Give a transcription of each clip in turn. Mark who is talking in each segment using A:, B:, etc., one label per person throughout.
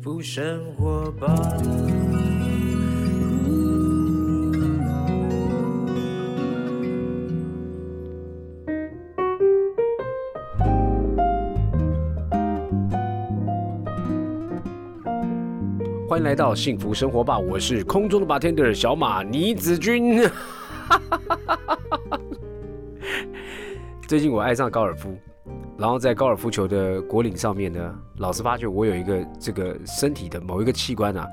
A: 福生活吧。
B: 欢迎来到幸福生活吧，我是空中的 bartender 小马倪子君。 最近我爱上高尔夫，然后在高尔夫球的果岭上面呢，老是发觉我有一个这个身体的某一个器官啊，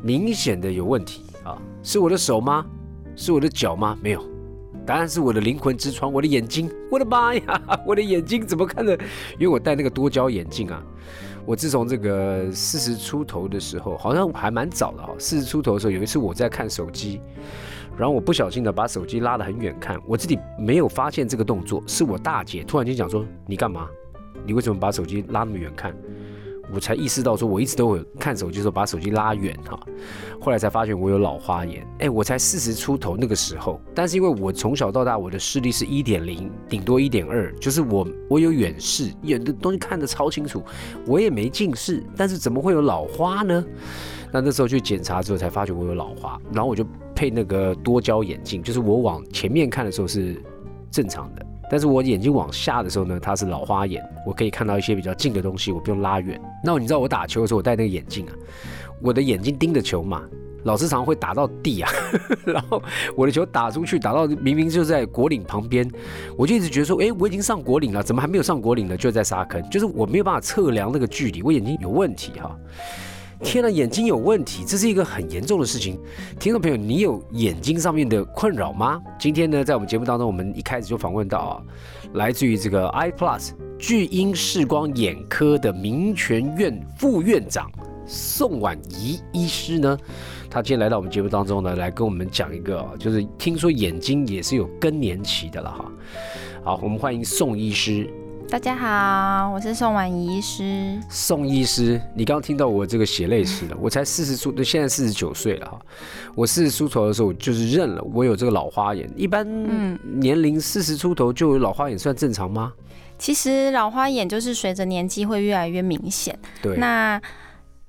B: 明显的有问题啊，是我的手吗？是我的脚吗？没有，答案是我的灵魂之窗，我的眼睛。我的妈呀，我的眼睛怎么看的？因为我戴那个多焦眼镜啊，我自从这个四十出头的时候，好像还蛮早的啊、哦。四十出头的时候，有一次我在看手机，然后我不小心的把手机拉得很远看，我自己没有发现这个动作，是我大姐突然间讲说：“你干嘛？你为什么把手机拉那么远看？”我才意识到说，我一直都有看手机的时候把手机拉远哈、后来才发现我有老花眼，哎，我才四十出头那个时候，但是因为我从小到大我的视力是一点零，顶多一点二，就是我我有远视，远的东西看得超清楚，我也没近视，但是怎么会有老花呢？那那时候去检查之后才发觉我有老花，然后我就配那个多焦眼镜，就是我往前面看的时候是正常的，但是我眼睛往下的时候呢，它是老花眼，我可以看到一些比较近的东西，我不用拉远。那你知道我打球的时候，我戴那个眼镜啊，我的眼睛盯着球嘛，老师常常会打到地啊， 然后我的球打出去，打到明明就在果岭旁边，我就一直觉得说，诶，我已经上果岭了，怎么还没有上果岭呢？就在沙坑，就是我没有办法测量那个距离，我眼睛有问题哈、天呐，眼睛有问题，这是一个很严重的事情。听众朋友，你有眼睛上面的困扰吗？今天呢，在我们节目当中，我们一开始就访问到啊，来自于这个 iPlus 巨婴视光眼科的民权院副院长宋婉仪医师呢，他今天来到我们节目当中呢，来跟我们讲一个啊，就是听说眼睛也是有更年期的了哈。好，我们欢迎宋医师。
C: 大家好，我是宋婉仪医师。
B: 宋医师，你刚刚听到我这个血泪史 了，我才四十出，现在四十九岁了哈。我四十出头的时候，我就是认了我有这个老花眼。一般
C: 嗯
B: 年龄四十出头就有老花眼算正常吗？
C: 其实老花眼就是随着年纪会越来越明显。
B: 对，
C: 那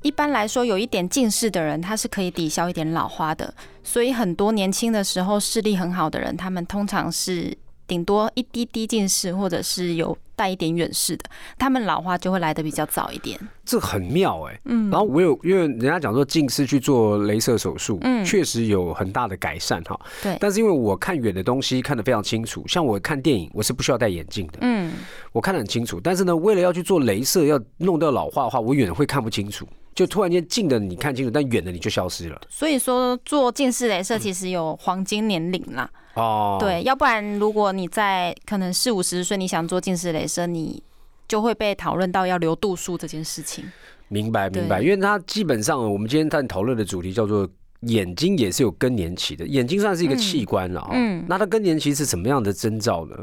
C: 一般来说，有一点近视的人，他是可以抵消一点老花的。所以很多年轻的时候视力很好的人，他们通常是顶多一滴滴近视，或者是有带一点远视的，他们老花就会来的比较早一点。
B: 这很妙哎、
C: 嗯
B: 然后我有，因为人家讲说近视去做镭射手术，
C: 嗯
B: 确实有很大的改善哈。
C: 对
B: 但是因为我看远的东西看得非常清楚，像我看电影，我是不需要戴眼镜的。
C: 嗯，
B: 我看得很清楚，但是呢，为了要去做镭射，要弄掉老化的话，我远会看不清楚。就突然间近的你看清楚，但远的你就消失了。
C: 所以说做近视雷射其实有黄金年龄啦。
B: 哦，，
C: 对，要不然如果你在可能四五十岁，你想做近视雷射，你就会被讨论到要留度数这件事情。
B: 明白
C: 对
B: 明白。因为它基本上我们今天探讨论的主题叫做眼睛也是有更年期的，眼睛算是一个器官了啊、
C: 嗯嗯
B: 那它更年期是什么样的征兆呢？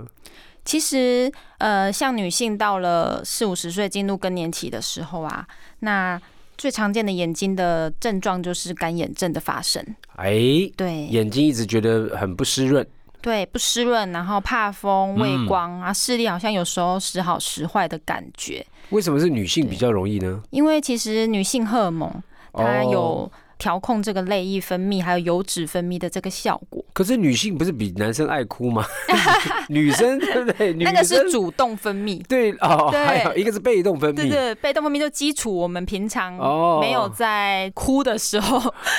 C: 其实，呃，像女性到了四五十岁进入更年期的时候啊，那最常见的眼睛的症状就是干眼症的发生。
B: 哎，
C: 对
B: 眼睛一直觉得很不湿润。
C: 对，不湿润，然后怕
B: 嗯
C: 风、畏光、啊，视力好像有时候时好时坏的感觉。
B: 为什么是女性比较容易呢？
C: 因为其实女性荷尔蒙它
B: 哦，
C: 有调控这个泪液分泌还有油脂分泌的这个效果。
B: 可是女性不是比男生爱哭 吗？女生对不对？女
C: 那个
B: 生
C: 是主动分泌。
B: 对哦，
C: 对
B: 还有一个是被动分
C: 对
B: 泌，
C: 对，被动分泌就基础，我们平常
B: 嗯哦
C: 没有在哭的时候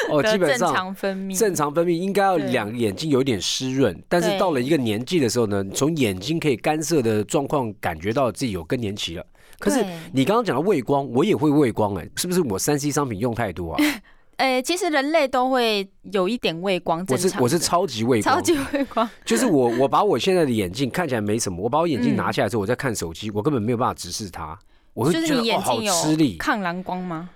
B: 哦，
C: 的
B: 基本
C: 正
B: 上
C: 常分泌。
B: 正常分泌应该要
C: 对
B: 两个眼睛有一点湿润，但是
C: 对
B: 到了一个年纪的时候呢，从眼睛可以干涉的状况感觉到自己有更年期了。可是
C: 对
B: 你刚刚讲的畏光，我也会畏光哎、是不是我三 C 商品用太多啊？
C: 呃，其实人类都会有一点畏光，
B: 我
C: 正
B: 是
C: 常
B: 我是超级畏光，
C: 超级畏光。
B: 就是我我把我现在的眼镜看起来没什么，我把我眼 镜拿下来之后，我在看手机，我根本没有办法直视它，我会
C: 就
B: 觉
C: 是
B: 得
C: 你眼
B: 哦好
C: 睛
B: 吃力
C: 有。抗蓝光吗？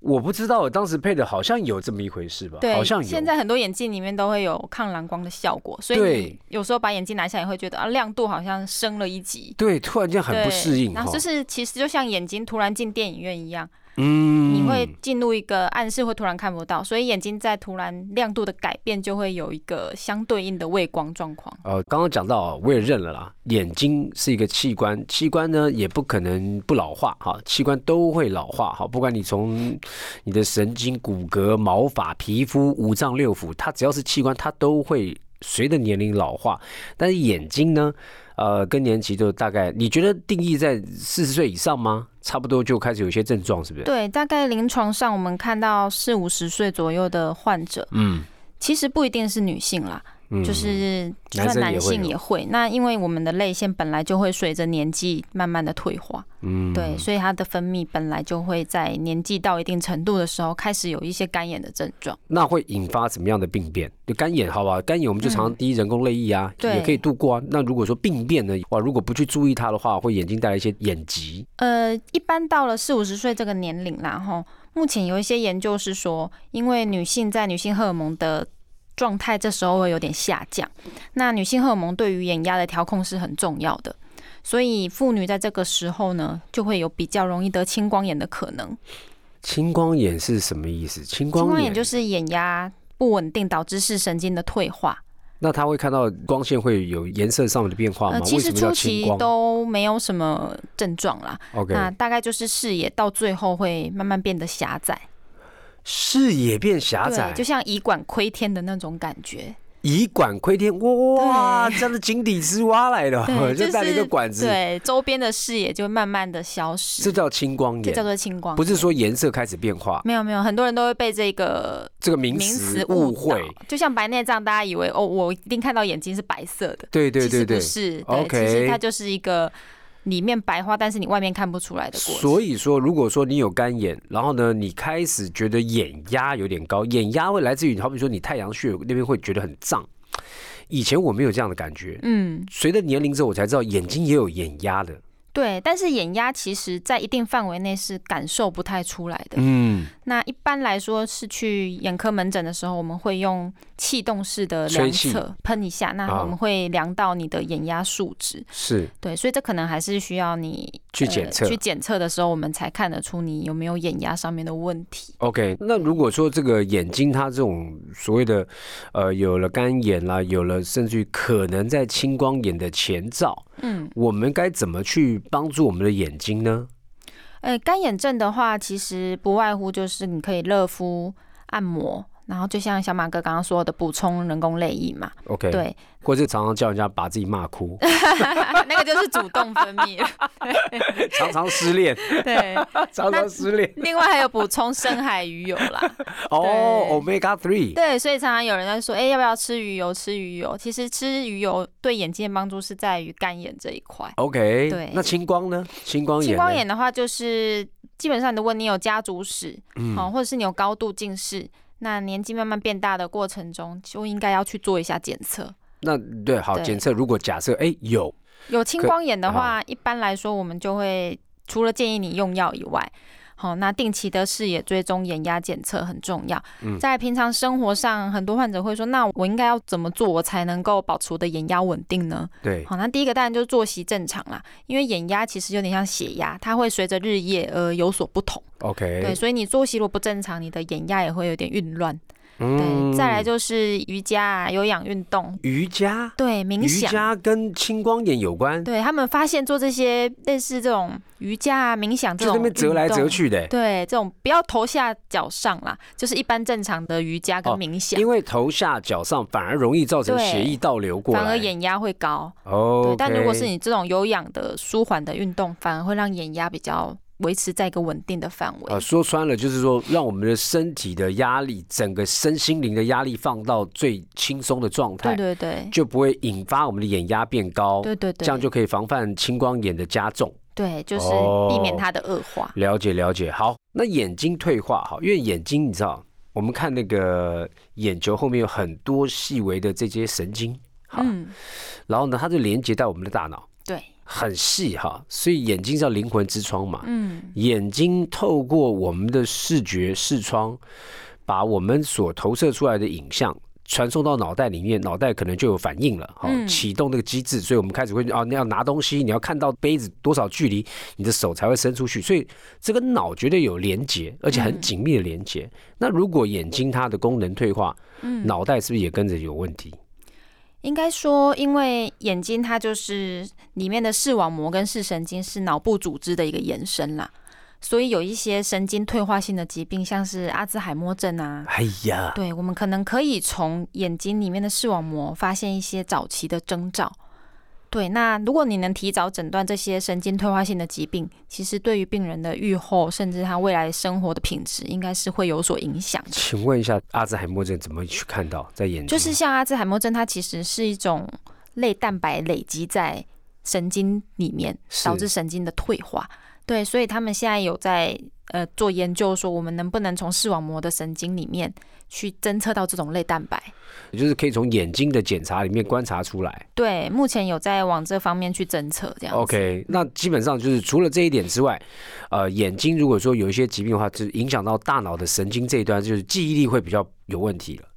B: 我不知道当时配的好像有这么一回事吧？
C: 对，
B: 好像有。
C: 现在很多眼镜里面都会有抗蓝光的效果，所以
B: 对
C: 你有时候把眼镜拿下来会觉得啊，亮度好像升了一级，
B: 对，突然间很
C: 对
B: 不适应
C: 然
B: 哈
C: 后就。是其实就像眼睛突然进电影院一样，
B: 嗯，
C: 你会进入一个暗示，会突然看不到，所以眼睛在突然亮度的改变，就会有一个相对应的畏光状况。
B: 呃，刚刚讲到啊，我也认了啦，眼睛是一个器官，器官呢也不可能不老化哈，器官都会老化哈，不管你从你的神经、骨骼、毛发、皮肤、五脏六腑，它只要是器官，它都会随着年龄老化。但是眼睛呢，呃，更年期就大概，你觉得定义在四十岁以上吗？差不多就开始有一些症状，是不是？
C: 对，大概临床上我们看到四五十岁左右的患者，
B: 嗯，
C: 其实不一定是女性啦，
B: 嗯
C: 就是就
B: 男生
C: 算
B: 也
C: 男
B: 会
C: 性
B: 有
C: 也会。那因为我们的泪腺本来就会随着年纪慢慢的退化，
B: 嗯，
C: 对，所以它的分泌本来就会在年纪到一定程度的时候开始有一些干眼的症状。
B: 那会引发怎么样的病变？就干眼，好吧，干眼我们就常常滴人工泪液啊，
C: 嗯对
B: 也可以度过啊。那如果说病变呢，哇，如果不去注意它的话，会眼睛带来一些眼疾。
C: 呃，一般到了四五十岁这个年龄啦，吼，目前有一些研究是说，因为女性在女性荷尔蒙的状态这时候会有点下降，那女性荷尔蒙对于眼压的调控是很重要的，所以妇女在这个时候呢，就会有比较容易得青光眼的可能。
B: 青光眼是什么意思？青
C: 青
B: 光
C: 光眼就是眼压不稳定导致视神经的退化。
B: 那它会看到光线会有颜色上面的变化吗？
C: 呃，其
B: 为什
C: 实
B: 么
C: 初
B: 叫青
C: 期
B: 光
C: 都啊没有什么症状啦，
B: ？OK，
C: 那大概就是视野到最后会慢慢变得狭窄。
B: 视野变狭窄
C: 对，就，像以管窥天的那种感觉。
B: 以管窥天，哇，这样的井底之蛙来的
C: 对，，
B: 哦 就带了一个管
C: 是、
B: 子，
C: 对周边的视野就会慢慢的消
B: 这
C: 失，
B: 叫青光
C: 这叫
B: 眼，
C: 做青光。
B: 不是说颜色开始变化，
C: 没有没有，很多人都会被这个
B: 这个名
C: 名
B: 词
C: 词
B: 误
C: 误
B: 会
C: 导。，就像白内障，大家以为哦，我一定看到眼睛是白色的，
B: 对对对对，
C: 其实不是，对
B: OK
C: 其实它就是一个里面白花，但是你外面看不出来的过程。
B: 所以说，如果说你有干眼，然后呢，你开始觉得眼压有点高，眼压会来自于，好比说你太阳穴那边会觉得很胀。以前我没有这样的感觉，
C: 嗯，
B: 随着年龄之后，我才知道眼睛也有眼压的。
C: 对，但是眼压其实在一定范围内是感受不太出来的。
B: 嗯，
C: 那一般来说是去眼科门诊的时候，我们会用气动式的
B: 吹
C: 量
B: 气
C: 测喷一下，那
B: 啊
C: 我们会量到你的眼压数值。
B: 是
C: 对，所以这可能还是需要你
B: 去检测
C: 呃去检测的时候，我们才看得出你有没有眼压上面的问题。
B: OK。那如果说这个眼睛它这种所谓的，呃，有了干眼啦，有了甚至于可能在青光眼的前兆，
C: 嗯，
B: 我们该怎么去帮助我们的眼睛呢？
C: 呃，干眼症的话，其实不外乎就是你可以热敷、按摩，然后就像小马哥刚刚说的，补充人工泪液嘛。
B: OK，，
C: 对，
B: 或者常常叫人家把自己骂哭，
C: 那个就是主动分泌了。
B: 常常失恋，
C: 对，
B: 常常失恋。
C: 另外还有补充深海鱼油啦。
B: 哦
C: 对
B: ，Omega Three，
C: 对，所以常常有人在说，哎、要不要吃鱼油？吃鱼油，其实吃鱼油对眼睛的帮助是在于干眼这一块。
B: ，OK，
C: 对
B: 那青光呢？青光眼，
C: 青光，眼的话，就是基本上，如果你有家族史，
B: 嗯
C: 好、或者是你有高度近视，那年纪慢慢变大的过程中，就应该要去做一下检测。
B: 那对，好
C: 对
B: 检测，如果假设哎有，
C: 有青
B: 可
C: 光眼的
B: 啊
C: 话，一般来说，我们就会除了建议你用药以外，好，那定期的视野追踪、眼压检测很重要。
B: 嗯
C: 在平常生活上，很多患者会说，那我应该要怎么做，我才能够保持我的眼压稳定呢？
B: 对，
C: 好，那第一个当然就是作息正常啦，因为眼压其实有点像血压，它会随着日夜而有所不同。对，
B: ，OK，
C: 所以你作息如果不正常，你的眼压也会有点混乱。
B: 嗯，
C: 对，再来就是瑜伽啊、有氧运动，
B: 瑜伽，
C: 对，冥
B: 瑜
C: 想。啊
B: 伽跟青光眼有关，
C: 对他们发现做这些类似这种瑜伽啊、冥想这
B: 就在
C: 种
B: 那边折来
C: 运动
B: 折，去的。
C: 对，这种不要头下脚上啦，就是一般正常的瑜伽跟
B: 哦
C: 冥想，
B: 因为头下脚上反而容易造成
C: 对
B: 血液倒流过来，
C: 反而眼压会高。
B: 哦
C: 对，，但如果是你这种有氧的、舒缓的运动，反而会让眼压比较维持在一个稳定的范围。
B: 呃，说穿了就是说，让我们的身体的压力，整个身心灵的压力放到最轻松的状态
C: 对，对对，
B: 就不会引发我们的眼压变高，
C: 对对对，
B: 这样就可以防范青光眼的加重。
C: 对，就是
B: 哦
C: 避免它的恶化。
B: 了解了解，好，那眼睛退化，好，因为眼睛你知道，我们看那个眼球后面有很多细微的这些神经，好，
C: 嗯，
B: 然后呢，它就连接到我们的大脑，
C: 对，
B: 很细哈，所以眼睛叫灵魂之窗嘛，
C: 嗯，
B: 眼睛透过我们的视觉视窗，把我们所投射出来的影像传送到脑袋里面，脑袋可能就有反应了，好、
C: 嗯
B: 启动那个机制，所以我们开始会啊，你要拿东西，你要看到杯子多少距离，你的手才会伸出去，所以这跟脑绝对有连结，而且很紧密的连结。那如果眼睛它的功能退化，
C: 嗯
B: 脑袋是不是也跟着有问题？
C: 应该说，因为眼睛它就是里面的视网膜跟视神经是脑部组织的一个延伸啦，所以有一些神经退化性的疾病，像是阿兹海默症啊，
B: 哎呀，
C: 对我们可能可以从眼睛里面的视网膜发现一些早期的征兆。对，那如果你能提早诊断这些神经退化性的疾病，其实对于病人的预后，甚至他未来生活的品质，应该是会有所影响的。
B: 请问一下，阿兹海默症怎么去看到在眼睛？
C: 就是像阿兹海默症，它其实是一种类蛋白累积在神经里面，
B: 是
C: 导致神经的退化。对，所以他们现在有在呃做研究，说我们能不能从视网膜的神经里面去侦测到这种类蛋白。
B: 也就是可以从眼睛的检查里面观察出来。
C: 对，目前有在往这方面去侦测，这样子。
B: OK，那基本上就是除了这一点之外，呃，眼睛如果说有一些疾病的话，就是影响到大脑的神经这一端，就是记忆力会比较有问题了。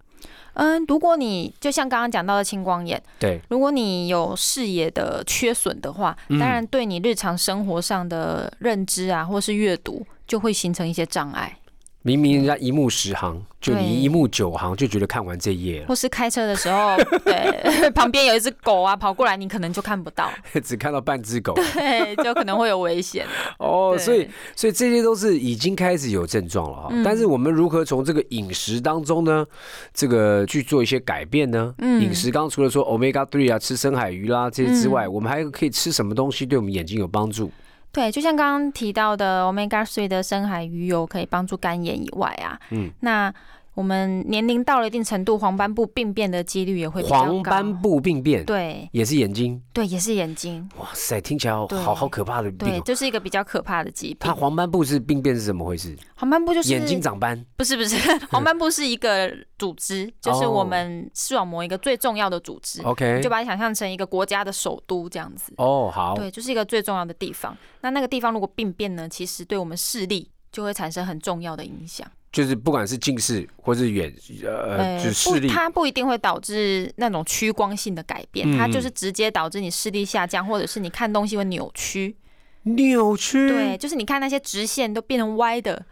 C: 嗯，如果你就像刚刚讲到的青光眼，
B: 对，
C: 如果你有视野的缺损的话，
B: 嗯
C: 当然对你日常生活上的认知啊，或是阅读，就会形成一些障碍。
B: 明明人家一目十行，就
C: 对
B: 你一目九行就觉得看完这一页了，
C: 或是开车的时候， 对， 旁边有一只狗啊跑过来，你可能就看不 到，
B: 只看到半 只狗。
C: 对，就可能会有危险。
B: 哦，
C: 对
B: 所以所以这些都是已经开始有症状了哈、
C: 嗯
B: 但是我们如何从这个饮食当中呢，这个去做一些改变呢？
C: 嗯
B: 饮食刚刚除了说 omega three 啊，吃深海鱼啦这些之外，
C: 嗯
B: 我们还可以吃什么东西对我们眼睛有帮助？
C: 对，就像刚刚提到的，omega three 的深海鱼油可以帮助肝炎以外啊，
B: 嗯
C: 嗯，那我们年龄到了一定程度，黄斑部病变的几率也会比较高。
B: 黄斑部病变
C: 对
B: 也是眼睛，
C: 对，也是眼睛，
B: 哇塞，听起来好
C: 对
B: 好好可怕的病、
C: 对，
B: 哦。
C: 这是一个比较可怕的疾病
B: 它。黄斑部是病变是怎么回事？
C: 黄斑部就是
B: 眼睛长斑
C: 不是不 是，黄斑部是一个组织，就是
B: 哦
C: 我们视网膜一个最重要的组织，
B: ，OK？
C: 你就把它想象成一个国家的首都这样子。
B: 哎哦，好，
C: 对，就是一个最重要的地方。那那个地方如果病变呢，其实对我们视力就会产生很重要的影响。
B: 就是不管是近视或是远呃，就是视力
C: 不，它不一定会导致那种屈光性的改变，它就
B: 嗯
C: 是直接导致你视力下降，或者是你看东西会扭曲。
B: 扭曲，
C: 对，，就是你看那些直线都变成歪的，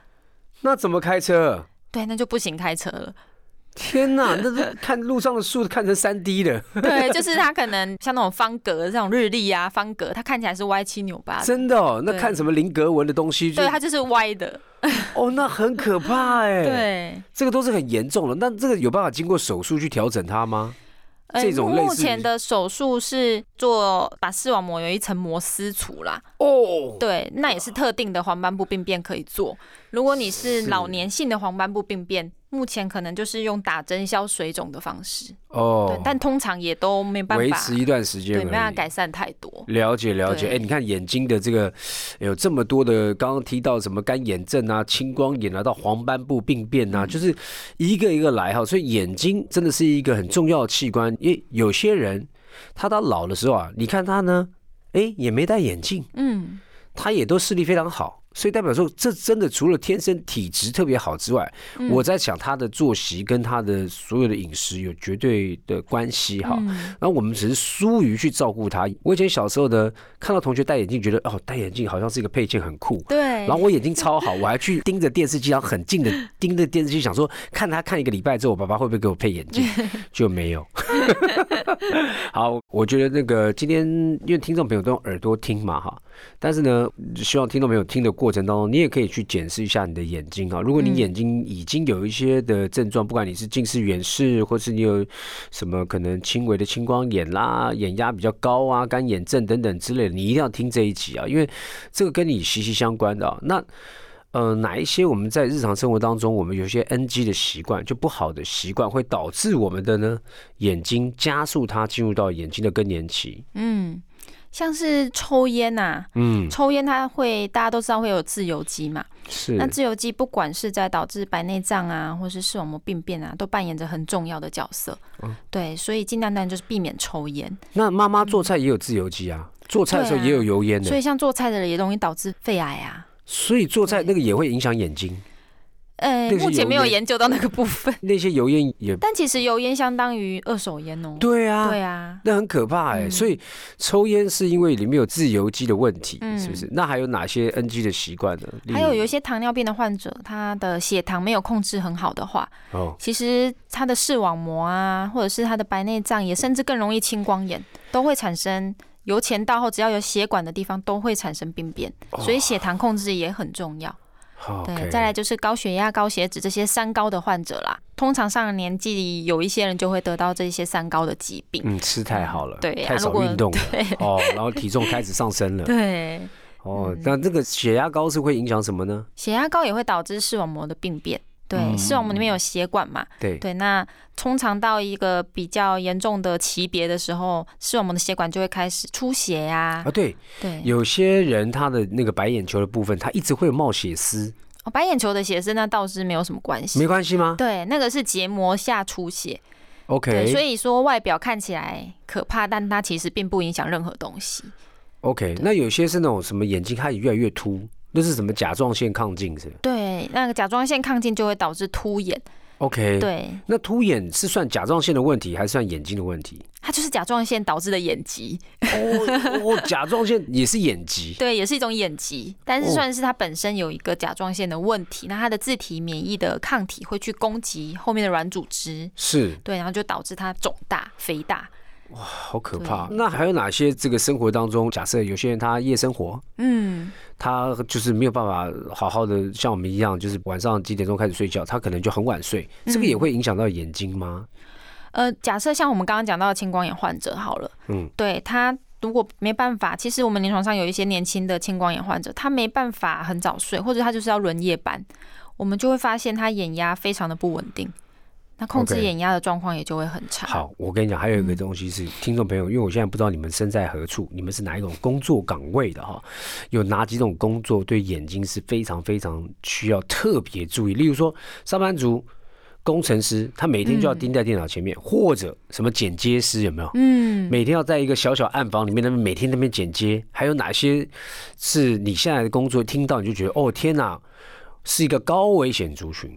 B: 那怎么开车？
C: 对，那就不行开车了。
B: 天呐，那是看路上的树看成三 D 的，
C: 对，就是它可能像那种方格、这种日历啊、方格，它看起来是歪七扭八的，
B: 真的哦。那
C: 啊对
B: 看什么菱格纹的东西就
C: 对，，它就是歪的。
B: 哦，那很可怕哎。，
C: 对，
B: 这个都是很严重的。那这个有办法经过手术去调整它吗？
C: 呃
B: 这种类
C: 目
B: 似于
C: 前的手术是做把视网膜有一层膜撕除啦，
B: 哦，
C: 对，那也是特定的黄斑部病变可以做。如果你是
B: 是
C: 老年性的黄斑部病变，目前可能就是用打针消水肿的方式，对
B: 哦，，
C: 但通常也都没办
B: 维
C: 法，
B: 持一段时间
C: 对，
B: 而
C: 没办法
B: 已。
C: 改善太多。
B: 了解了解，哎、
C: 对
B: 你看眼睛的这个有这么多的，刚刚提到什么干眼症啊、青光眼啊，到黄斑部病变啊，就是一个一个来哈。所以眼睛真的是一个很重要的器官，因为有些人他到老的时候啊，你看他呢，哎、也没戴眼镜，
C: 嗯，
B: 他也都视力非常好，所以代表说这真的除了天生体质特别好之外，
C: 嗯
B: 我在想他的作息跟他的所有的饮食有绝对的关系哈。
C: 嗯
B: 然后我们只是疏于去照顾他。我以前小时候呢，看到同学戴眼镜，觉得哦，戴眼镜好像是一个配件，很酷。
C: 对
B: 然后，我眼睛超好，我还去盯着电视机，然后很近 的盯着电视机，想说看他看一个礼拜之后，我爸爸会不会给我配眼 镜，就没有。好，我觉得那个今天因为听众朋友都用耳朵听嘛哈，但是呢，希望听众朋友听的过程当中，你也可以去检视一下你的眼睛啊。如果你
C: 嗯
B: 眼睛已经有一些的症状，不管你是近视、远视，或是你有什么可能轻微的青光眼啦、眼压比较高啊、干眼症等等之类的，你一定要听这一集啊，因为这个跟你息息相关的、啊。那呃，哪一些我们在日常生活当中，我们有一些 NG 的习惯，就不好的习惯，会导致我们的呢眼睛加速它进入到眼睛的更年期。
C: 嗯，像是抽烟呐、
B: 嗯，
C: 抽烟它会大家都知道会有自由基嘛，
B: 是
C: 那自由基不管是在导致白内障啊，或是视网膜病变啊，都扮演着很重要的角色。
B: 嗯
C: 对，所以尽量当然就是避免抽烟。
B: 那妈妈做菜也有自由基啊，做菜的时候
C: 对啊
B: 也有油烟的、
C: 所以像做菜的人也容易导致肺癌啊。
B: 所以做菜
C: 对
B: 那个也会影响眼睛。
C: 呃，
B: 那是
C: 目前没有
B: 油烟
C: 研究到那个部分。
B: 那些油烟也
C: 但其实油烟相当于二手烟哦。
B: 对啊，
C: 对啊，
B: 那很可怕哎、
C: 嗯
B: 所以抽烟是因为里面有自由基的问题，
C: 嗯
B: 是不是？那还有哪些 NG 的习惯呢？例如
C: 还有有一些糖尿病的患者，他的血糖没有控制很好的话，
B: 哦，
C: 其实他的视网膜啊，或者是他的白内障，也甚至更容易青光眼，都会产生由前到后，只要有血管的地方都会产生病变，所以血糖控制也很重要。
B: 好
C: 对，
B: 哦 OK
C: 再来就是高血压、高血脂这些三高的患者啦，通常上了年纪，有一些人就会得到这些三高的疾病。
B: 嗯，吃太好了，
C: 对啊
B: 太
C: 如
B: 少
C: 果
B: 运动了，哦，然后体重开始上升了，
C: 对，嗯
B: 哦，那这个血压高是会影响什么呢？
C: 血压高也会导致视网膜的病变。对，
B: 嗯
C: 视网膜里面有血管嘛？
B: 对，
C: 对，那通常到一个比较严重的级别的时候，视网膜的血管就会开始出血呀、
B: 啊对，
C: 对，
B: 有些人他的那个白眼球的部分，他一直会有冒血丝，
C: 哦，白眼球的血丝那倒是没有什么关系。
B: 没关系吗
C: 对，那个是结膜下出血。对，所
B: ？OK
C: 以说外表看起来可怕，但它其实并不影响任何东西。
B: OK，那有些是那种什么眼睛开始越来越凸，那是什么甲状腺亢进是吧
C: 对，那个甲状腺亢进就会导致凸眼。
B: ？OK，
C: 对，
B: 那凸眼是算甲状腺的问题，还是算眼睛的问 题？
C: 它就是甲状腺导致的眼疾。
B: 哦，哦甲状腺也是眼疾。
C: 对，也是一种眼疾，但
B: 哦
C: 是算是它本身有一个甲状腺的问题，那它的自体免疫的抗体会去攻击后面的软组织，
B: 是，
C: 对，然后就导致它肿大、肥大。
B: 好可怕。那还有哪些这个生活当中，假设有些人他夜生活，
C: 嗯，
B: 他就是没有办法好好的像我们一样，就是晚上几点钟开始睡觉，他可能就很晚睡，这个也会影响到眼睛吗？
C: 呃，假设像我们刚刚讲到的青光眼患者好了，
B: 嗯
C: 嗯，对他如果没办法，其实我们临床上有一些年轻的青光眼患者，他没办法很早睡，或者他就是要轮夜班，我们就会发现他眼压非常的不稳定，那控制
B: OK
C: 眼压的状况也就会很差。
B: 好，我跟你讲，还有一个东西是听众朋友，因为我现在不知道你们身在何处，你们是哪一种工作岗位的哈？有哪几种工作对眼睛是非常非常需要特别注意？例如说，上班族、工程师，他每天就要盯在电脑前面，或者什么剪接师有没有？
C: 嗯，
B: 每天要在一个小小暗房里面，那边每天那边剪接，还有哪些是你现在的工作听到你就觉得哦天哪，是一个高危险族群？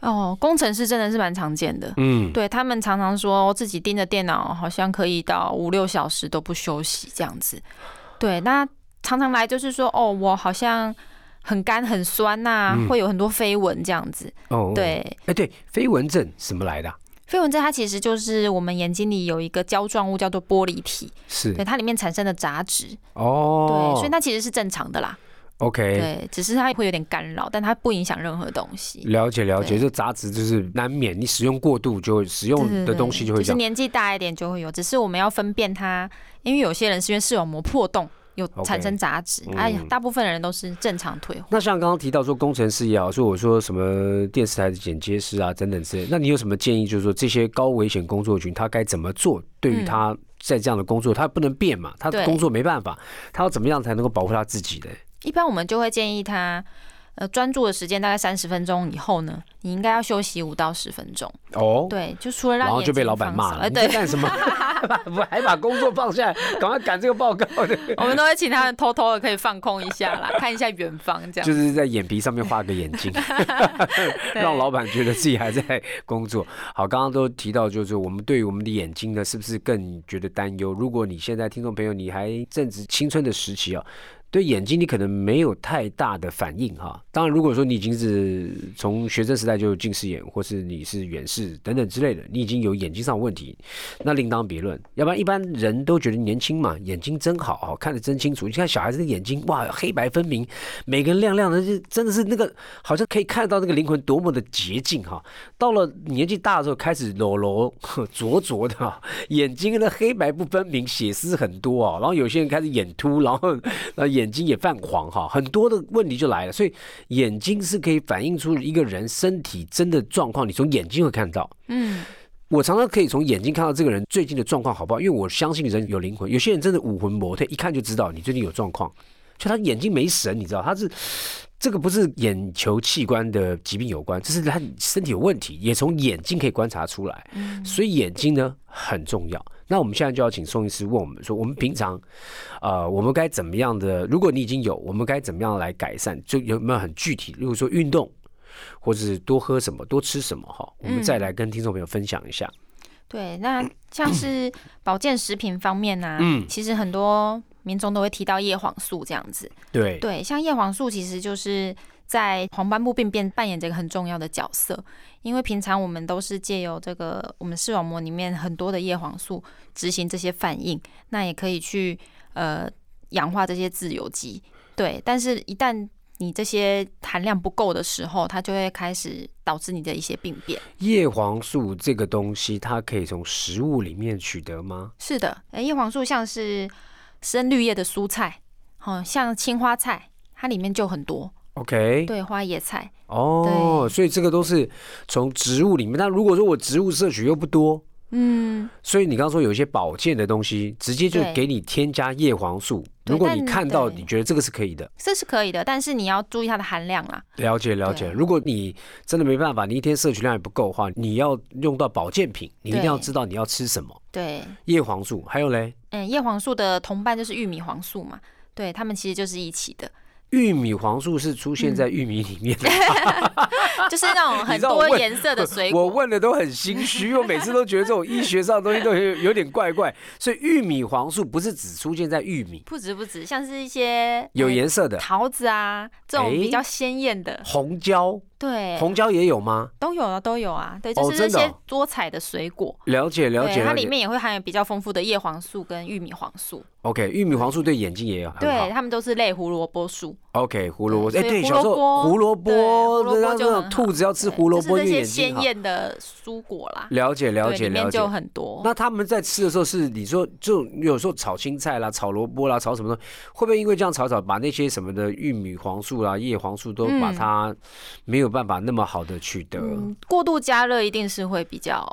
C: 哦，工程师真的是蛮常见的。
B: 嗯，
C: 对他们常常说哦自己盯着电脑，好像可以到五六小时都不休息这样子。对，那常常来就是说，哦，我好像很干很酸呐、
B: 嗯
C: 会有很多飞蚊这样子。
B: 哦，，
C: 对，
B: 哎对，飞蚊症什么来的啊、
C: 飞蚊症它其实就是我们眼睛里有一个胶状物叫做玻璃体，
B: 是
C: 对它里面产生的杂质，对，
B: 哦，
C: 所以它其实是正常的啦。
B: OK，
C: 对，只是它会有点干扰，但它不影响任何东西。
B: 了解了解，
C: 对
B: 这杂质就是难免你使用过度就会使用的东西就会
C: 只
B: 这
C: 是
B: 样。
C: 年纪大一点就会有，只是我们要分辨它，因为有些人是因为视网膜破洞有
B: OK，
C: 产生杂质，
B: 嗯
C: 哎呀，大部分人都是正常退化。
B: 那像刚刚提到说工程师也好，说我说什么电视台的剪接师啊等等之类，那你有什么建议？就是说这些高危险工作群他该怎么做？对于
C: 嗯
B: 他在这样的工作，他不能变嘛，他的
C: 对
B: 工作没办法，他要怎么样才能够保护他自己的？
C: 一般我们就会建议他，呃，专注的时间大概三十分钟以后呢，你应该要休息五到十分钟。
B: 哦。
C: 对，就除了让
B: 然后
C: 眼
B: 就被
C: 睛
B: 老板
C: 放
B: 骂
C: 松
B: 了，
C: 哎，
B: 你在
C: 对，
B: 干 什么？我还把工作放下来，赶快赶这个报告的，
C: 我们都会请他们偷偷的可以放空一下啦，看一下远方这样。
B: 就是在眼皮上面画个眼睛。
C: 对
B: 让老板觉得自己还在工作。好，刚刚都提到，就是我们对于我们的眼睛呢，是不是更觉得担忧？如果你现在听众朋友你还正值青春的时期啊，对眼睛你可能没有太大的反应哈、当然，如果说你已经是从学生时代就有近视眼，或是你是远视等等之类的，你已经有眼睛上的问题，那另当别论。要不然一般人都觉得年轻嘛，眼睛真好啊，看得真清楚。你看小孩子的眼睛，哇，黑白分明，每个人亮亮的，就真的是那个好像可以看得到那个灵魂多么的洁净哈。到了年纪大的时候，开始裸裸 呵灼灼的 啊，眼睛的黑白不分明，血丝很多啊。然后有些人开始眼凸，然后 呃眼睛也泛黄哈，很多的问题就来了。所以眼睛是可以反映出一个人身体真的状况，你从眼睛会看到。
C: 嗯，
B: 我常常可以从眼睛看到这个人最近的状况好不好，因为我相信人有灵魂，有些人真的武魂模特，一看就知道你最近有状况，就他眼睛没神，你知道他是。这个不是眼球器官的疾病有关，这是他身体有问题，也从眼睛可以观察出来。所以眼睛呢很重要。那我们现在就要请宋医师问我们说，我们平常，呃，我们该怎么样的？如果你已经有，我们该怎么样来改善？就有没有很具体？例如说运动，或者是多喝什么、多吃什么哈，我们
C: 嗯
B: 再来跟听众朋友分享一下。
C: 对，那像是保健食品方面呢、
B: 嗯
C: 其实很多民众都会提到叶黄素这样子。
B: 对，
C: 对，像叶黄素其实就是在黄斑部病变扮演着一个很重要的角色，因为平常我们都是借由这个我们视网膜里面很多的叶黄素执行这些反应，那也可以去呃氧化这些自由基。对，但是一旦你这些含量不够的时候，它就会开始导致你的一些病变。
B: 叶黄素这个东西，它可以从食物里面取得吗？
C: 是的，呃叶黄素像是深绿叶的蔬菜，好、像青花菜，它里面就很多。
B: OK，
C: 对，花椰菜，
B: 哦，
C: 对
B: 所以这个都是从植物里面。那如果说我植物摄取又不多，
C: 嗯，
B: 所以你刚刚说有一些保健的东西，直接就
C: 对
B: 给你添加叶黄素。
C: 对
B: 如果
C: 但
B: 你看到
C: 对
B: 你觉得这个是可以的，
C: 这是可以的，但是你要注意它的含量啦。
B: 了解了解。
C: 对
B: 如果你真的没办法，你一天摄取量也不够的话，你要用到保健品，你一定
C: 对
B: 要知道你要吃什么。
C: 对，
B: 叶黄素，还有嘞，
C: 嗯，叶黄素的同伴就是玉米黄素嘛，对，它们其实就是一起的，
B: 玉米黄素是出现
C: 嗯
B: 在玉米里面的。
C: 就是 那种
B: 你
C: 很
B: 知道我问
C: 多颜色的水
B: 我
C: 果。
B: 问的都很心虚，我每次都觉得这种医学上的东西都有有点怪怪。所以玉米黄素不是只出现在玉米，
C: 不止不止，像是一些
B: 有
C: 呃
B: 颜色的
C: 桃子啊这种
B: 诶
C: 比较鲜艳的，
B: 红椒，
C: 对，
B: 红椒也有吗？
C: 都有啊，都有啊，对，
B: 哦
C: 就是这
B: 真的
C: 些
B: 哦
C: 多彩的水果。
B: 了解了
C: 对，
B: 解
C: 它
B: 了
C: 里
B: 解。
C: 面也会含有比较丰富的叶黄素跟玉米黄素，
B: OK，玉米黄素对眼睛也有很好
C: 对，。它们都是类胡萝卜素，
B: OK，胡萝卜，哎，
C: 对
B: 对，
C: 所以
B: 小时候胡
C: 胡
B: 萝
C: 萝
B: 卜
C: 卜，
B: 那
C: 对胡萝卜就
B: 那
C: 很
B: 种
C: 好
B: 兔子要吃
C: 对
B: 胡萝
C: 就
B: 卜，
C: 是
B: 对眼
C: 这些
B: 睛
C: 鲜
B: 好。
C: 艳的蔬果啦，
B: 了解了
C: 对，
B: 解
C: 里
B: 了
C: 面
B: 解
C: 就。很多。
B: 那他们在吃的时候是你说就有时候炒青菜啦、炒萝卜啦、炒什么东西，会不会因为这样炒炒，把那些什么的玉米黄素啦、叶黄素都把
C: 嗯
B: 它没有办法那么好的取得？
C: 嗯，过度加热一定是会比较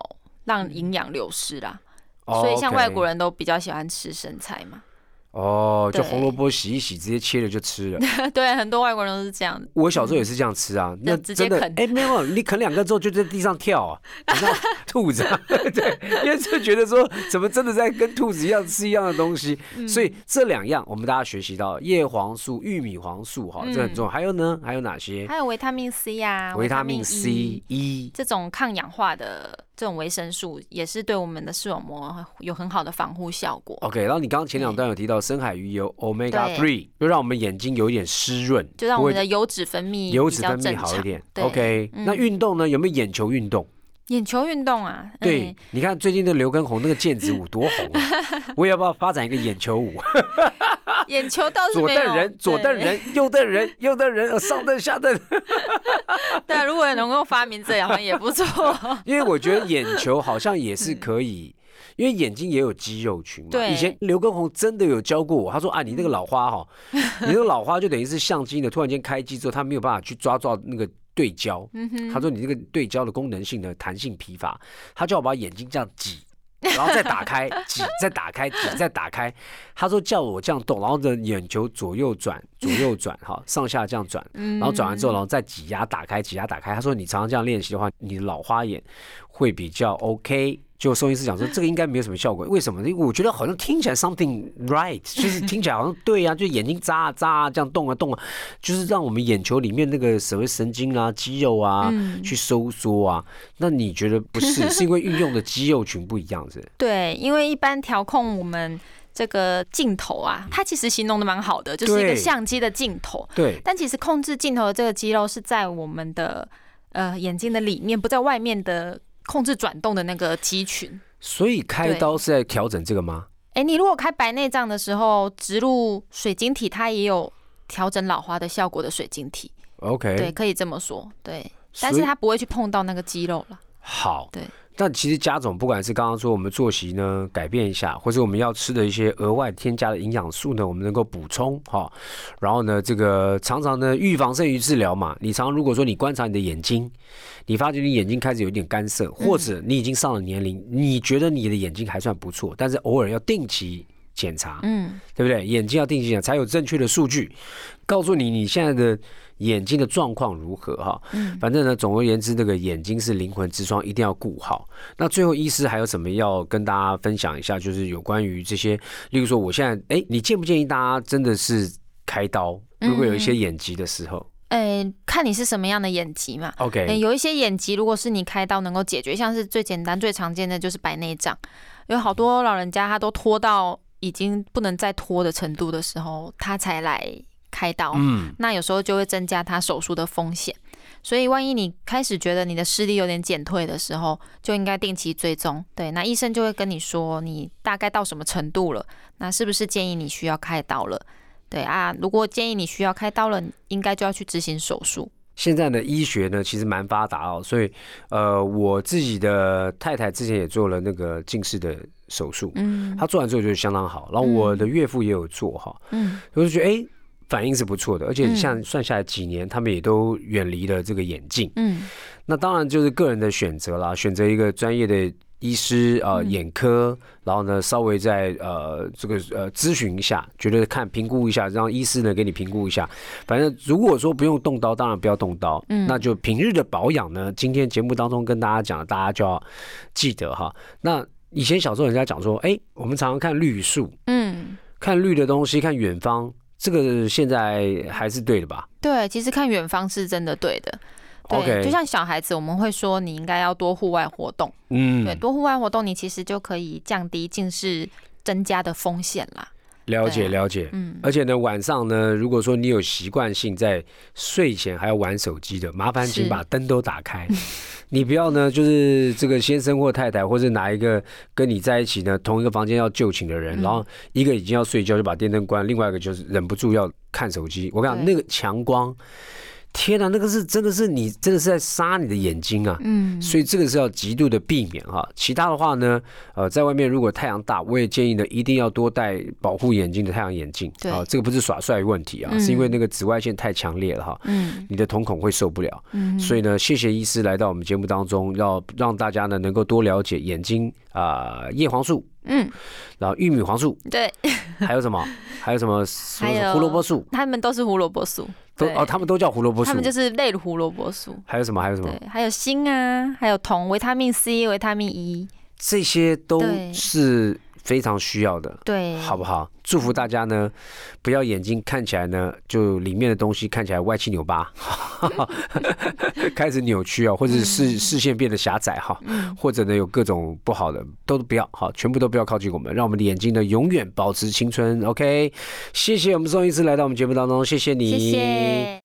C: 让营养流失啦，
B: 哦
C: 所以像
B: OK
C: 外国人都比较喜欢吃生菜嘛，
B: 哦，就
C: 对
B: 红萝卜洗一洗，直接切了就吃了。
C: 对，很多外国人都是这样的。
B: 我小时候也是这样吃啊，那
C: 嗯直接
B: 真的
C: 啃
B: 哎，没有，你啃两个之后就在地上跳啊，你 知道兔子啊，对，因为就觉得说怎么真的在跟兔子一样吃一样的东西，
C: 嗯
B: 所以这两样我们大家学习到叶黄素、玉米黄素哈，这很重要。还有呢，还有哪些？
C: 嗯还有维他命 C 呀、
B: 维他命
C: 命
B: C、E，
C: 这种抗氧化的这种维生素，也是对我们的视网膜有很好的防护效果。
B: OK，然后你刚刚前两段有提到深海鱼油 Omega
C: 对
B: Three，就让我们眼睛有一点湿润，
C: 就让
B: 不
C: 我
B: 会
C: 们的油脂分泌
B: 油
C: 比
B: 脂
C: 较
B: 分泌
C: 正
B: 好一
C: 常
B: 点。
C: 对嗯
B: OK，那运动呢？有没有眼球运动？
C: 眼球运动啊，
B: 对，你看最近的刘畊宏那个毽子舞多红啊！我也要不要发展一个眼球舞？
C: 嗯，眼球倒是
B: 左
C: 没有
B: 瞪人，左瞪，人，右瞪人，右瞪人，呃上瞪下瞪。
C: 对对，如果能够发明这样好像也不错，
B: 因为我觉得眼球好像也是可以，因为眼睛也有肌肉群嘛。
C: 对
B: 以前刘畊宏真的有教过我，他说啊，你那个老花 哈、你那个老花就等于是相机呢，突然间开机之后，它没有办法去抓到那个对焦。
C: 嗯
B: 他
C: 哼，
B: 说你这个对焦的功能性的弹性疲乏，他叫我把眼睛这样挤。然后再打 开，挤，再打开，挤，再打开。他说叫我这样动，然后呢眼球左右转，左右转，哈，上下这样转，
C: 嗯
B: 然后转完之后，然后再挤压打开，挤压打开。他说你常常这样练习的话，你老花眼会比较 OK。就兽医师讲说，这个应该没有什么效果，为什么？因为我觉得好像听起来 something right，就是听起来好像对啊，就眼睛眨啊眨啊，这样动啊动啊，就是让我们眼球里面那个所谓神经啊、肌肉啊、
C: 嗯
B: 去收缩啊。那你觉得不是？是因为运用的肌肉群不一样，是不是？
C: 对，因为一般调控我们这个镜头啊，它其实形容的蛮好的，就是一
B: 对
C: 个相机的镜头，
B: 对，
C: 但其实控制镜头的这个肌肉是在我们的呃眼睛的里面，不在外面的控制转动的那个肌群。
B: 所以开
C: 对
B: 刀是在调整这个吗？
C: 哎、你如果开白内障的时候植入水晶体，它也有调整老花的效果的水晶体，
B: OK，
C: 对，可以这么说，对。
B: 所以
C: 但是它不会去碰到那个肌肉了，
B: 好，
C: 对。
B: 但其实家总不管是刚刚说我们作息呢改变一下，或者我们要吃的一些额外添加的营养素呢，我们能够补充哈、然后呢，这个常常呢预防胜于治疗嘛。你常如果说你观察你的眼睛，你发觉你眼睛开始有点干涩，或者你已经上了年龄，你觉得你的眼睛还算不错，但是偶尔要定期检查，
C: 嗯，
B: 对不对？眼睛要定期检查，才有正确的数据告诉你你现在的眼睛的状况如何哈。反正呢，总而言之，这个眼睛是灵魂之窗，一定要顾好。那最后，医师还有什么要跟大家分享一下？就是有关于这些，例如说，我现在哎，你建不建议大家真的是开刀？如果有一些眼疾的时候，
C: 诶、看你是什么样的眼疾嘛。
B: OK，、
C: 诶，嗯哎有一些眼疾，如果是你开刀能够解决，像是最简单、最常见的就是白内障，有好多老人家他都拖到已经不能再拖的程度的时候，他才来开刀。
B: 嗯，
C: 那有时候就会增加他手术的风险。所以，万一你开始觉得你的视力有点减退的时候，就应该定期追踪。对，那医生就会跟你说你大概到什么程度了，那是不是建议你需要开刀了？对啊，如果建议你需要开刀了，应该就要去执行手术。
B: 现在的医学呢，其实蛮发达哦，所以呃，我自己的太太之前也做了那个近视的手术，
C: 嗯
B: 她做完之后就相当好，然后我的岳父也有做哈，
C: 嗯
B: 我就觉得哎、诶反应是不错的，而且
C: 嗯
B: 像算下来几年，他们也都远离了这个眼镜。
C: 嗯
B: 那当然就是个人的选择啦，选择一个专业的医师啊、呃
C: 嗯
B: 眼科，然后呢稍微再呃这个呃咨询一下，觉得看评估一下，让医师呢给你评估一下。反正如果说不用动刀，当然不要动刀，
C: 嗯
B: 那就平日的保养呢，今天节目当中跟大家讲的，大家就要记得哈。那以前小时候人家讲说，哎，我们常常看绿树，
C: 嗯，
B: 看绿的东西，看远方，这个现在还是对的吧
C: 对，其实看远方是真的对的。对
B: ？OK，
C: 就像小孩子，我们会说你应该要多户外活动。
B: 嗯
C: 对，，多户外活动，你其实就可以降低近视增加的风险啦。
B: 了解
C: 对啊
B: 了解。
C: 嗯，
B: 而且呢，晚上呢，如果说你有习惯性在睡前还要玩手机的，麻烦请
C: 是
B: 把灯都打开。 你不要呢，就是这个先生或太太，或是哪一个跟你在一起呢，同一个房间要就寝的人，
C: 嗯
B: 然后一个已经要睡觉就把电灯关，另外一个就是忍不住要看手机。我跟你讲，那
C: 对
B: 个强光，天啊哪，那个是真的是你真的是在杀你的眼睛啊！
C: 嗯，
B: 所以这个是要极度的避免哈。其他的话呢，呃，在外面如果太阳大，我也建议呢，一定要多戴保护眼睛的太阳眼镜。
C: 对
B: 啊，这个不是耍帅问题啊，
C: 嗯
B: 是因为那个紫外线太强烈了哈，
C: 嗯
B: 你的瞳孔会受不了。
C: 嗯，
B: 所以呢，谢谢医师来到我们节目当中，要让大家呢能够多了解眼睛啊、呃叶黄素，
C: 嗯，
B: 然后玉米黄素，
C: 对，
B: 还有什么，还有什么什
C: 还
B: 么
C: 有
B: 胡萝卜素，
C: 他们都是胡萝卜素，
B: 都
C: 对
B: 哦，他们都叫胡萝卜素
C: 他。们就是类胡萝卜素。
B: 还有什么？还有什么？
C: 对，还有锌啊，还有铜、维他命 C、维他命 E，
B: 这些都
C: 对
B: 是非常需要的。
C: 对，
B: 好不
C: 好？
B: 好？祝福大家呢，不要眼睛看起来呢，就里面的东西看起来歪七扭八， 开始扭曲啊、或者是视视线变得狭窄哈、
C: 嗯
B: 或者呢有各种不好的，都不要哈，全部都不要靠近我们，让我们的眼睛呢永远保持青春。OK，谢谢我们宋医师来到我们节目当中，谢谢你，
C: 谢谢。